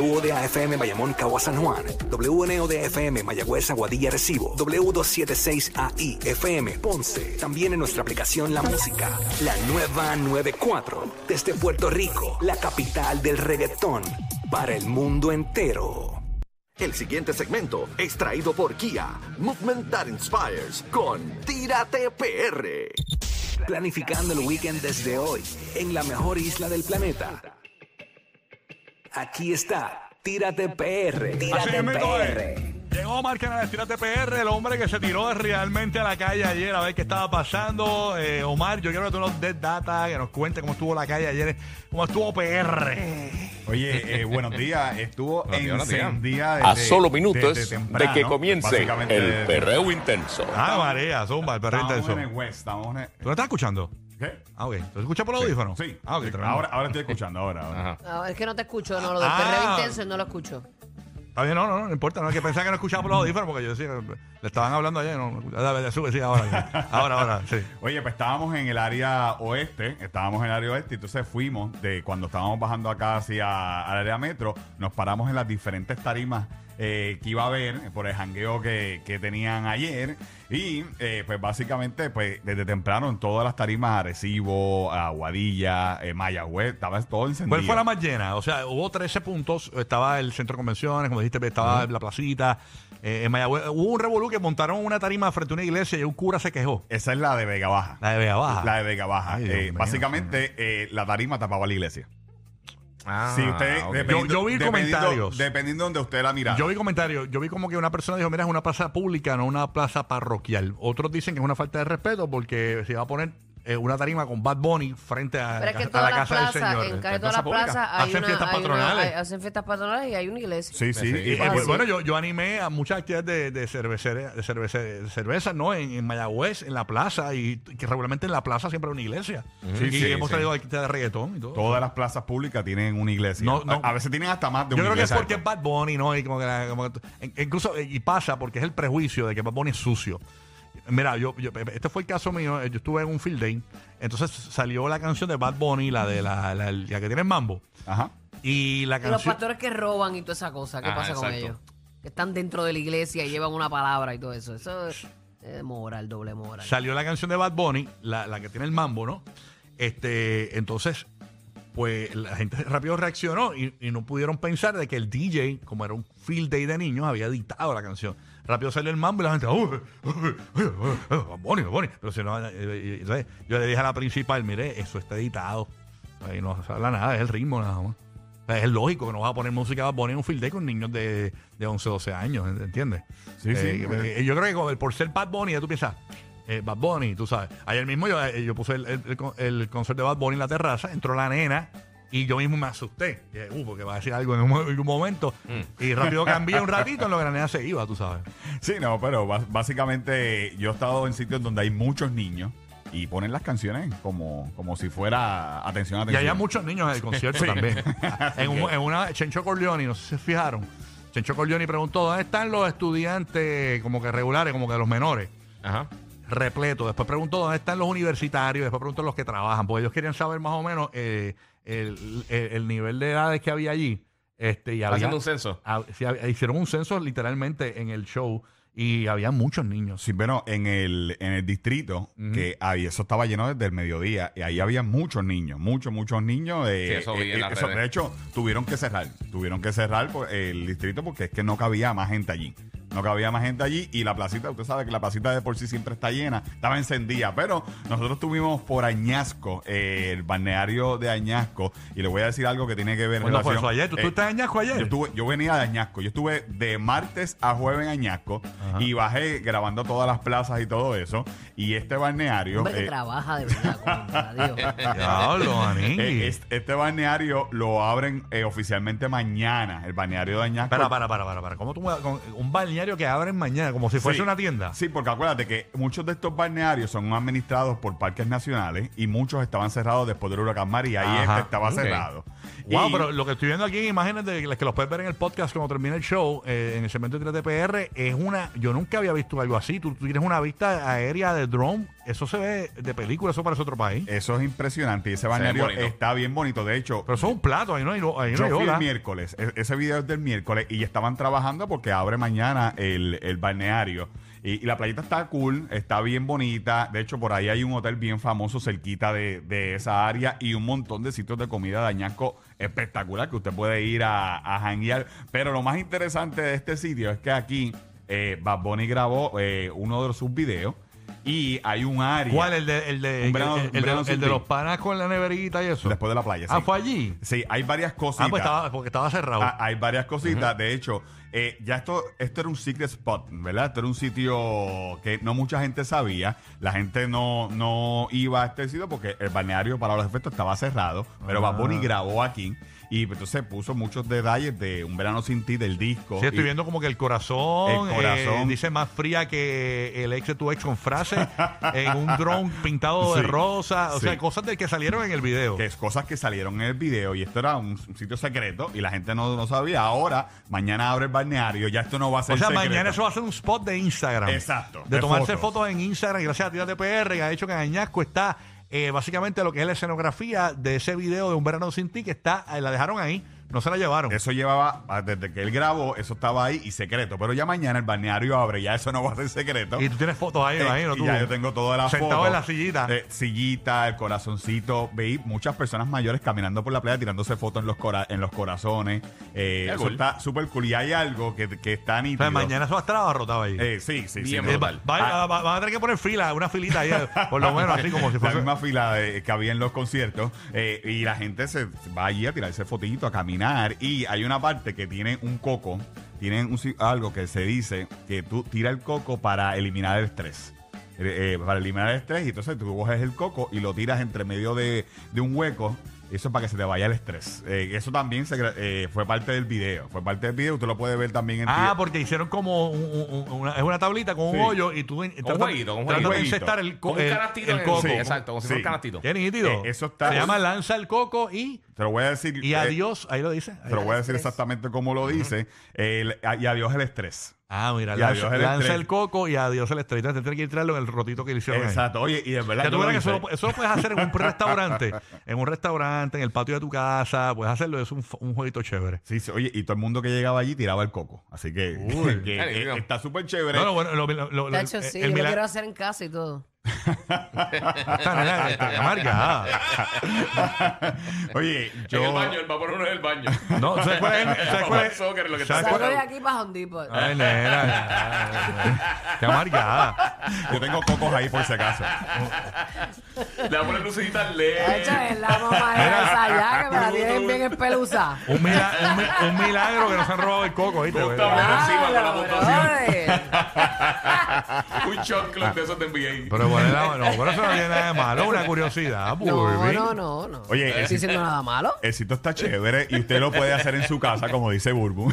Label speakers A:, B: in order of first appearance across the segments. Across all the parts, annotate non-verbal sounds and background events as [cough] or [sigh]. A: WODAFM Bayamón Cagua San Juan, WNODFM Mayagüez Aguadilla Recibo, W276AI FM Ponce. También en nuestra aplicación La Música, la nueva 94, desde Puerto Rico, la capital del reggaetón, para el mundo entero.
B: El siguiente segmento es traído por Kia, Movement That Inspires, con Tírate PR.
A: Planificando el weekend desde hoy, en la mejor isla del planeta. Aquí está, Tírate PR,
C: Así
A: Tírate
C: es,
A: PR.
C: Llegó Omar Canales, tírate PR, el hombre que se tiró realmente a la calle ayer a ver qué estaba pasando. Eh, Omar, yo quiero que tú nos des data, que nos cuente cómo estuvo la calle ayer, cómo estuvo PR.
D: [laughs]
E: Oye, eh, buenos días. Estuvo
F: Buenos días, buenos días.
E: encendida
D: a
E: desde-
D: solo
E: desde
D: minutos de
E: temprano,
D: que comience
E: básicamente
D: el
E: desde-
D: perreo intenso.
C: Ah, María, zumba, el perrito
E: Estamos
C: del
E: en
C: sol.
E: el West, estamos en el-
C: ¿Tú lo estás escuchando?
E: ¿Qué?
C: Ah, ok. ¿Lo escuchas por los audífonos?
E: Sí.
C: Ah, ok,
E: sí.
C: tremendo.
E: ahora, ahora estoy escuchando, ahora. ahora.
F: Ajá.
G: No, es que no te escucho, no, lo del
C: Ah.
G: perreo intenso no lo escucho.
C: Está bien, no, no, no, no importa. No, es que pensaba que no escuchaba por los audífonos porque yo decía, le estaban hablando ayer. No, dale, dale, sube, sí, ahora. Ahora, ahora, sí.
E: Oye, pues estábamos en el área oeste, estábamos en el área oeste, y entonces fuimos de cuando estábamos bajando acá hacia al área metro, nos paramos en las diferentes tarimas eh, que iba a haber eh, por el jangueo que, que tenían ayer. Y eh, pues básicamente, pues desde temprano en todas las tarimas, Arecibo, Aguadilla, eh, Mayagüez, estaba todo encendido.
C: ¿Cuál fue la más llena? O sea, hubo 13 puntos. Estaba el centro de convenciones, como dijiste, estaba la placita. eh, en Mayagüez hubo un revolú que montaron una tarima frente a una iglesia y un cura se quejó.
E: Esa es la de Vega Baja.
C: La de Vega Baja.
E: La de Vega Baja.
C: Ay, Dios
E: Eh,
C: mío,
E: básicamente, eh, la tarima tapaba la iglesia.
F: Ah,
E: si usted,
F: ok.
E: dependiendo-
C: Yo- yo vi
E: dependiendo-
C: comentarios.
E: Dependiendo de donde usted la mirara.
C: Yo vi comentarios, yo vi como que una persona dijo, mira, es una plaza pública, no una plaza parroquial. Otros dicen que es una falta de respeto porque se va a poner eh, una tarima con Bad Bunny frente a,
G: Pero es que en
C: a la
G: todas las
C: casa del
G: plazas,
C: señor.
G: en casi
F: la
G: todas
F: plaza
G: las
F: pública.
G: plazas hay
F: Hacen
G: una,
F: fiestas
G: hay una-
F: patronales.
G: hay- hacen fiestas patronales y hay una iglesia.
E: Sí, sí.
F: Sí.
E: y-
C: Eh, eh,
G: Ah, sí.
C: bueno, yo, yo animé a muchas actividades de, de cervecería- de cervece- de cerveza, ¿no? En, en Mayagüez, en la plaza, y que regularmente en la plaza siempre hay una iglesia.
E: Sí,
C: y
E: sí,
C: hemos
E: sí.
C: traído actividades de reggaetón y todo.
E: Todas las plazas públicas tienen una iglesia.
C: No, no.
E: A, a veces tienen hasta más de
C: yo
E: una
C: creo que es
E: iglesia.
C: porque es Bad Bunny, ¿no? Y como que la- como que- en- incluso, eh, y pasa porque es el prejuicio de que Bad Bunny es sucio. Mira, yo, yo- este fue el caso mío. eh, Yo estuve en un field day. Entonces salió la canción de Bad Bunny, la de la, la- la que tiene el mambo.
E: Ajá.
C: Y la
G: De los
C: canción.
G: pastores que roban y toda esa cosa, ¿qué
F: Ajá,
G: pasa con
F: exacto.
G: ellos? Que están dentro de la iglesia y llevan una palabra y todo eso. Eso es eh, moral, doble moral.
C: Salió la canción de Bad Bunny, la, la que tiene el mambo, ¿no? Este, entonces, pues la gente rápido reaccionó y, y no pudieron pensar de que el DJ, como era un field day de niños, había editado la canción. Rápido salió el mambo y la gente, "Uy, uy, uy, uy, Bad Bunny, Bad Bunny". Pero si no, eh, eh, entonces, yo le dije a la principal, mire, eso está editado. Ahí no se habla nada, es el ritmo nada más. O sea, Es lógico que no vas a poner música de Bad Bunny en un field day con niños de, de 11, 12 años, ¿entiendes?
E: Sí, sí.
C: Eh, yo creo que con el- por ser Bad Bunny, ya tú piensas, eh, Bad Bunny, tú sabes. Ayer mismo yo, eh, yo puse el, el, el con- el concierto de Bad Bunny en la terraza, entró la nena y yo mismo me asusté. Dije, uh, porque va a decir algo en un, mo- en un momento. Y rápido cambié un ratito en lo que la nena se iba, tú sabes.
E: Sí, no, pero bas- básicamente yo he estado en sitios donde hay muchos niños y ponen las canciones como, como si fuera atención,
C: Y
E: atención.
C: había muchos niños en el concierto
E: [laughs]
C: también. en, un- en una, Chencho Corleone, no sé si se fijaron. Chencho Corleone preguntó, ¿dónde están los estudiantes como que regulares, como que los menores?
F: Ajá.
C: repleto. Después preguntó dónde están los universitarios, después preguntó los que trabajan, porque ellos querían saber más o menos eh, el, el- el nivel de edades que había allí. Este, y había-
F: Haciendo un censo.
C: ha- sí, ha- hicieron un censo literalmente en el show y había muchos niños.
E: Sí, pero en el, en el distrito,
C: Ujú.
E: que ahí eso estaba lleno desde el mediodía, y ahí había muchos niños, muchos, muchos niños. eh,
F: Sí, eso vi en las redes.
E: de hecho, tuvieron que cerrar, tuvieron que cerrar por- el distrito porque es que no cabía más gente allí. No cabía más gente allí y la placita, usted sabe que la placita de por sí siempre está llena, estaba encendida, pero nosotros tuvimos por Añasco, eh, el balneario de Añasco, y le voy a decir algo que tiene que ver en
C: ¿Cuándo fue eso?
E: relación-
C: ¿Ayer? ¿Tú, tú
E: eh,
C: estás en Ñasco ayer?
E: yo, estuve- yo venía de Añasco. Yo estuve de martes a jueves en Añasco y bajé grabando todas las plazas y todo eso. Y este balneario.
G: Hombre que
E: eh,
G: trabaja de verdad, contra Dios.
C: Diablo, maní.
E: [laughs] eh, es- este balneario lo abren eh, oficialmente mañana, el balneario de Añasco.
C: Para, para, para, para, para. ¿Cómo tú me- con- un balneario balneario que abren mañana, como si fuese
E: Sí.
C: una tienda.
E: Sí, porque acuérdate que muchos de estos balnearios son administrados por parques nacionales y muchos estaban cerrados después del huracán María y
C: Ajá,
E: este estaba
F: ok.
E: cerrado.
C: Wow,
E: Y-
C: pero lo que estoy viendo aquí en imágenes de las que los puedes ver en el podcast cuando termine el show, eh, en el segmento de 3TPR, es una. Yo nunca había visto algo así. Tú, tú tienes una vista aérea de drone. Eso se ve de película, eso parece otro país.
E: Eso es impresionante y ese
F: ve
E: balneario
F: bonito.
E: está bien bonito. De hecho,
C: Pero eso es un plato, ahí no hay, ahí no
E: yo
C: hay
E: fui el
C: ola.
E: miércoles, E- ese video es del miércoles y ya estaban trabajando porque abre mañana el, el balneario. Y, y la playita está cool, está bien bonita. De hecho, por ahí hay un hotel bien famoso cerquita de, de esa área y un montón de sitios de comida de añasco espectacular que usted puede ir a, a janguear. Pero lo más interesante de este sitio es que aquí eh, Bad Bunny grabó eh, uno de sus videos y hay un área.
C: ¿Cuál? El de, el de,
E: Un verano-
C: el- el
E: un verano
C: de,
E: sin
C: el de
E: ti.
C: los panas con la neverita y eso.
E: Después de la playa.
C: ah,
E: sí.
C: fue allí.
E: Sí, hay varias cositas.
C: Ah, pues estaba, porque estaba cerrado.
E: Ah, hay varias cositas. De hecho, eh, ya esto, esto era un secret spot, ¿verdad? Esto era un sitio que no mucha gente sabía. La gente no, no iba a este sitio porque el balneario para los efectos estaba cerrado. Pero Bad
C: Ah.
E: Bunny grabó aquí. Y entonces puso muchos detalles de Un verano sin ti, del disco.
C: Sí, estoy
E: Y-
C: viendo como que el corazón,
E: El corazón.
C: eh, dice más fría que el ex de tu ex con
E: [laughs]
C: frase en un dron pintado de
E: Sí.
C: rosa. O
E: Sí.
C: sea, cosas de que salieron en el video.
E: que es cosas que salieron en el video y esto era un, un sitio secreto y la gente no, no sabía. Ahora, mañana abre el balneario, ya esto no va a ser
C: O sea,
E: secreto.
C: mañana eso va a ser un spot de Instagram.
E: Exacto,
C: De,
E: de
C: tomarse fotos.
E: fotos.
C: en Instagram, gracias a Tira TPR, que ha hecho que Añasco está eh, básicamente lo que es la escenografía de ese video de Un Verano Sin Ti, que está, eh, la dejaron ahí, no se la llevaron.
E: Eso llevaba, ah, desde que él grabó, eso estaba ahí y secreto. Pero ya mañana el balneario abre, ya eso no va a ser secreto.
C: Y tú tienes fotos ahí,
E: Eh,
C: imagino
E: y
C: tú.
E: ya yo tengo todas las
C: Sentado
E: fotos.
C: en la sillita.
E: Eh, sillita, el corazoncito. Veí muchas personas mayores caminando por la playa tirándose fotos en los, cora- en los corazones. Eh,
F: Qué
E: eso
F: cool.
E: está súper cool. Y hay algo que, que está
C: O
E: nítido.
C: sea, mañana eso va a estar abarrotado ahí.
E: Eh, sí, sí,
F: Bien
E: sí.
C: Eh, va-
F: brutal.
C: va- va-
E: Ah,
C: va- van a tener que poner fila, una filita ahí, eh, por
E: [laughs]
C: lo menos así como si
E: la
C: fuese. Ah,
E: misma fila de- que había en los conciertos eh, y la gente se va allí a tirarse fotito, a caminar y hay una parte que tiene un coco, tienen un si- algo que se dice que tú tira el coco para eliminar el estrés. Eh, eh, para eliminar el estrés y entonces tú coges el coco y lo tiras entre medio de, de un hueco eso es para que se te vaya el estrés. Eh, eso también se gra- eh, fue parte del video. Fue parte del video. Usted lo puede ver también en
C: Ah,
E: ti-
C: porque hicieron como un- un- un- una, es una tablita con un
E: Sí.
C: hoyo y tú en- tratas-
F: jueguito, un
C: tratas de
F: jueguito.
C: encestar el, co-
F: Con un
C: el,
F: canastito
C: el
F: en
C: coco.
F: Sí,
E: Como-
F: exacto, como si fuera un
E: sí.
F: canastito.
C: Qué nítido.
E: Eh, eso está-
C: Se llama lanza el coco y,
E: Te lo voy a decir.
C: y
E: eh,
C: adiós. Ahí lo dice.
E: Te lo voy a decir
G: Estrés.
E: exactamente como lo dice. El- y adiós el estrés.
C: Ah, mira,
E: Y
C: lanza,
E: adiós el
C: lanza
E: estrés.
C: el coco y adiós el estrella. Te tienes que entrarlo en el rotito que le hicieron ahí.
E: Exacto. Oye, y en verdad.
C: Que tú
E: yo lo
C: verás que
E: hice.
C: eso lo, eso lo puedes hacer en un
E: [laughs]
C: restaurante. En un restaurante, en el patio de tu casa. Puedes hacerlo. Es un, f- un jueguito chévere.
E: Sí, sí, oye, y todo el mundo que llegaba allí tiraba el coco. Así que,
C: Uy.
E: [laughs] que,
F: Ay,
E: eh,
F: Dios.
E: está súper chévere.
C: No, no, bueno, lo, lo- lo- lo-
G: Tacho,
C: el-
G: sí,
C: el
G: yo lo
C: milagro-
G: quiero hacer en casa y todo.
C: Esta nena, esta marca.
E: [laughs] oye,
F: En el
E: yo.
F: baño, él va a poner uno en el baño.
C: No,
F: [laughs]
C: ¿sabes cuál es? el- ¿Sabes cuál es?
F: Soccer, lo que
C: ¿Sabes
F: está-
C: cuál Ah.
G: Salgo de
C: es?
G: aquí para Home Depot.
C: Ay, nena. Qué amargada.
E: Yo tengo cocos ahí por si acaso.
F: Le va a poner lucecita al LED.
G: Tacho, es la mamadera esa allá que me la tienen bien espeluzada.
C: Un, mila- un mi- un milagro que nos han robado el coco, ¿viste?
F: Puta madre. encima con la
G: Claro,
F: puntuación.
G: brother.
F: Un shot clock de esos de NBA.
C: Pero bueno, era- no, pero eso no tiene nada de malo, una curiosidad,
G: No,
C: Burby.
G: no, no, no.
E: Oye,
G: no
E: eh,
G: estoy diciendo nada malo.
E: El sitio está chévere y usted lo puede hacer en su casa, como dice
F: [laughs]
E: Burbu.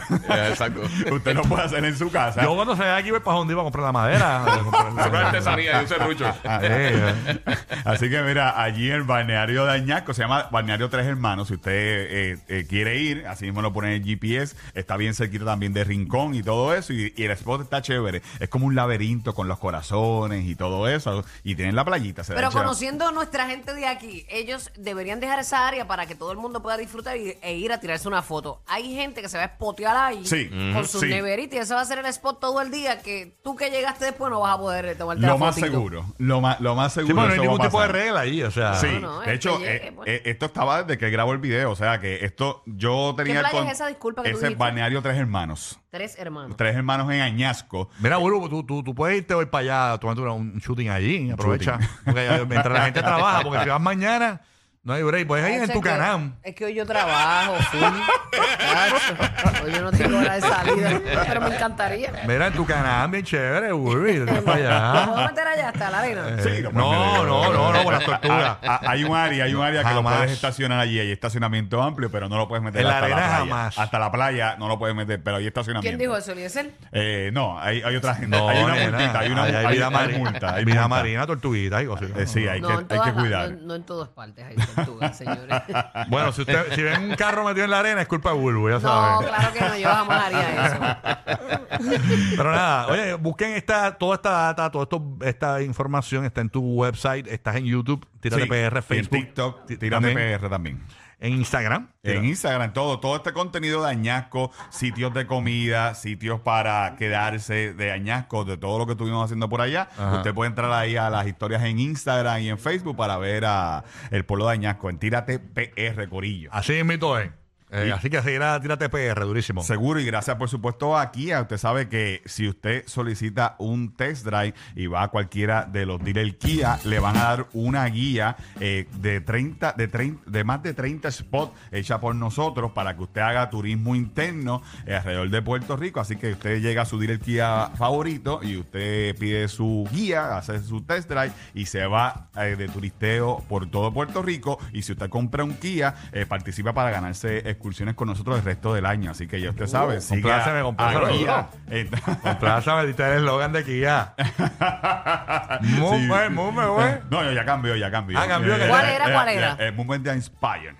F: Exacto.
E: [laughs] usted lo puede hacer en su casa.
C: Yo cuando se aquí voy para Hondi a comprar la madera. a
F: Es una
C: comprar-
F: artesanía, yo soy Rucho.
C: Eh,
E: Así que mira, allí el balneario de Añasco se llama Balneario Tres Hermanos. Si usted eh, eh, quiere ir, así mismo lo pone en el GPS. Está bien cerquita también de Rincón y todo eso. Y, y el spot está chévere. Es como un laberinto con los corazones y todo eso. Y tienen la playita. Se ve
G: Pero
E: chévere.
G: conociendo nuestra gente de aquí, ellos deberían dejar esa área para que todo el mundo pueda disfrutar y- e ir a tirarse una foto. Hay gente que se va a espotear ahí
E: Sí,
G: con sus
E: sí.
G: neveritas y eso va a ser el spot todo el día que tú que llegaste después no vas a poder eh, tomarte la
E: Lo más
G: fotito.
E: seguro. Lo más, lo más
C: Sí,
E: seguro.
C: bueno, no hay
E: eso va
C: ningún
E: a
C: tipo de
E: pasar.
C: regla allí, o sea.
E: Sí,
G: no, es
E: de
G: que
E: hecho,
G: llegue,
E: eh,
G: pues.
E: eh, esto estaba desde que él grabó el video. O sea, que esto yo tenía. el
G: playa
E: con-
G: es esa? Disculpa que tú
E: Ese
G: dijiste.
E: balneario Tres Hermanos.
G: Tres hermanos.
E: Tres Hermanos en Añasco.
C: Mira, Burbu, tú, tú, tú puedes irte hoy para allá a tomarte una- un shooting allí, aprovecha. Porque, eh, mientras la gente trabaja, porque si vas mañana, No hay break. Pues ahí en
G: Ah, Eso
C: tu
G: es que-
C: canam.
G: Es que hoy yo trabajo, full.
E: [laughs]
G: Chacho, Hoy yo no tengo hora de salida, pero me encantaría.
C: Mira, en tu canam, bien chévere, Urbi. Te vas para
G: ¿Me puedo
C: allá.
G: meter allá hasta la arena?
E: Sí, pues,
C: Eh,
E: lo puedes
C: no,
E: meter.
C: no, no, no, por las tortugas.
E: Ah, ah, hay un área, hay un área que lo
C: Jamás.
E: puedes estacionar allí. Hay estacionamiento amplio, pero no lo puedes meter
C: En la
E: hasta la
C: arena
E: playa.
C: jamás.
E: Hasta la playa no lo puedes meter, pero hay estacionamiento.
G: ¿Quién dijo eso, Eliezer?
E: Eh, no, hay, hay otra gente.
C: No,
E: hay una
C: Oh, nena.
E: multita, hay una
C: Ahí
E: hay-
C: vida
E: hay
C: marina.
E: multa. hay
C: vida
E: multa.
C: marina, tortuguita y cosas.
E: Eh, sí, hay,
G: No,
E: que,
G: en
E: hay que
G: todas las-
E: cuidar.
G: no, no en todas partes hay tortugas,
E: [laughs]
G: señores.
C: Bueno, si, usted, si ven un carro metido en la arena, es culpa de Bulbo, ya
G: No,
C: saben.
G: claro que no, yo jamás haría
E: [laughs]
G: eso.
C: Pero nada, oye, busquen esta, toda esta data, toda esto- esta información está en tu website, estás en YouTube, Tírate
E: Sí,
C: PR, Facebook,
E: Y en TikTok,
C: ti-
E: tírate
C: también,
E: PR también.
C: en Instagram.
E: En Instagram, todo, todo este contenido de añasco, sitios de comida, sitios para quedarse de añasco, de todo lo que estuvimos haciendo por allá.
C: Ajá.
E: Usted puede entrar ahí a las historias en Instagram y en Facebook para ver a el pueblo de añasco en Tírate PR Corillo.
C: Así mismito es. Eh,
E: Y-
C: Así que seguirá, tírate PR, durísimo.
E: Seguro y gracias por supuesto a Kia. Usted sabe que si usted solicita un test drive y va a cualquiera de los dealers Kia, le van a dar una guía eh, de 30, de 30, de más de 30 spots hecha por nosotros para que usted haga turismo interno eh, alrededor de Puerto Rico. Así que usted llega a su dealer Kia favorito y usted pide su guía, hace su test drive y se va eh, de turisteo por todo Puerto Rico. Y si usted compra un Kia, eh, participa para ganarse excursiones con nosotros el resto del año. Así que ya usted
C: Uh,
E: sabe. sigue
C: complázame,
E: a-
C: complázame,
E: a Kia.
C: [laughs] Plaza, me diste el eslogan de
E: [laughs]
C: Kia. pues, Muy
E: Sí.
C: buen, muy buen.
E: [laughs] No, yo ya cambió, ya cambió.
C: Ah, cambió, Pues
E: Eh,
G: ¿Cuál era,
E: eh,
G: cuál
E: eh,
G: era?
E: eh, Movement de Inspire.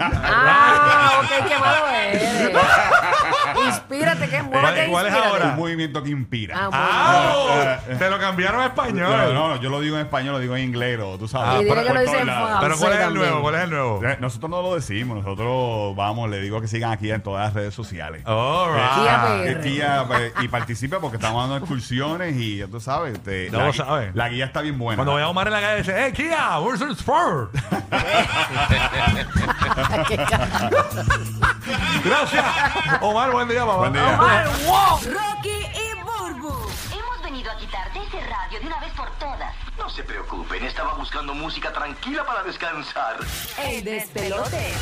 G: Ah, ok, qué malo
E: [laughs]
G: eres. Inspírate, qué bueno que
C: ¿Cuál es
G: inspírate.
C: ahora?
E: Un movimiento que inspira.
G: Ah,
C: ¡Ah! Te lo cambiaron a español.
E: No, no, yo lo digo en español, lo digo en inglés, o tú sabes.
C: Ah,
G: Y dile
E: Por-
G: que
E: por
G: lo dice
E: todos
G: en
E: lados.
G: fab.
C: Pero ¿cuál es el
G: también.
C: nuevo? ¿Cuál es el nuevo?
E: Eh, Nosotros no lo decimos, nosotros vamos, le digo que sigan aquí en todas las redes sociales.
C: All Oh, right.
G: Kia
E: Eh,
G: PR.
E: tía, pues, y participa porque estamos dando excursiones y ya tú sabes. te-
C: Ya
E: la,
C: lo
E: gui-
C: sabes.
E: La guía está bien buena.
C: Cuando vaya a Omar en la calle, dice, ¡Eh, Kia! ¡Where's your sport? [laughs] Gracias. Omar, buen día, papá.
E: Buen día.
D: Rocky y Burbu. Hemos venido a quitarte ese radio de una vez por todas.
H: No se preocupen, estaba buscando música tranquila para descansar.
D: El despelote.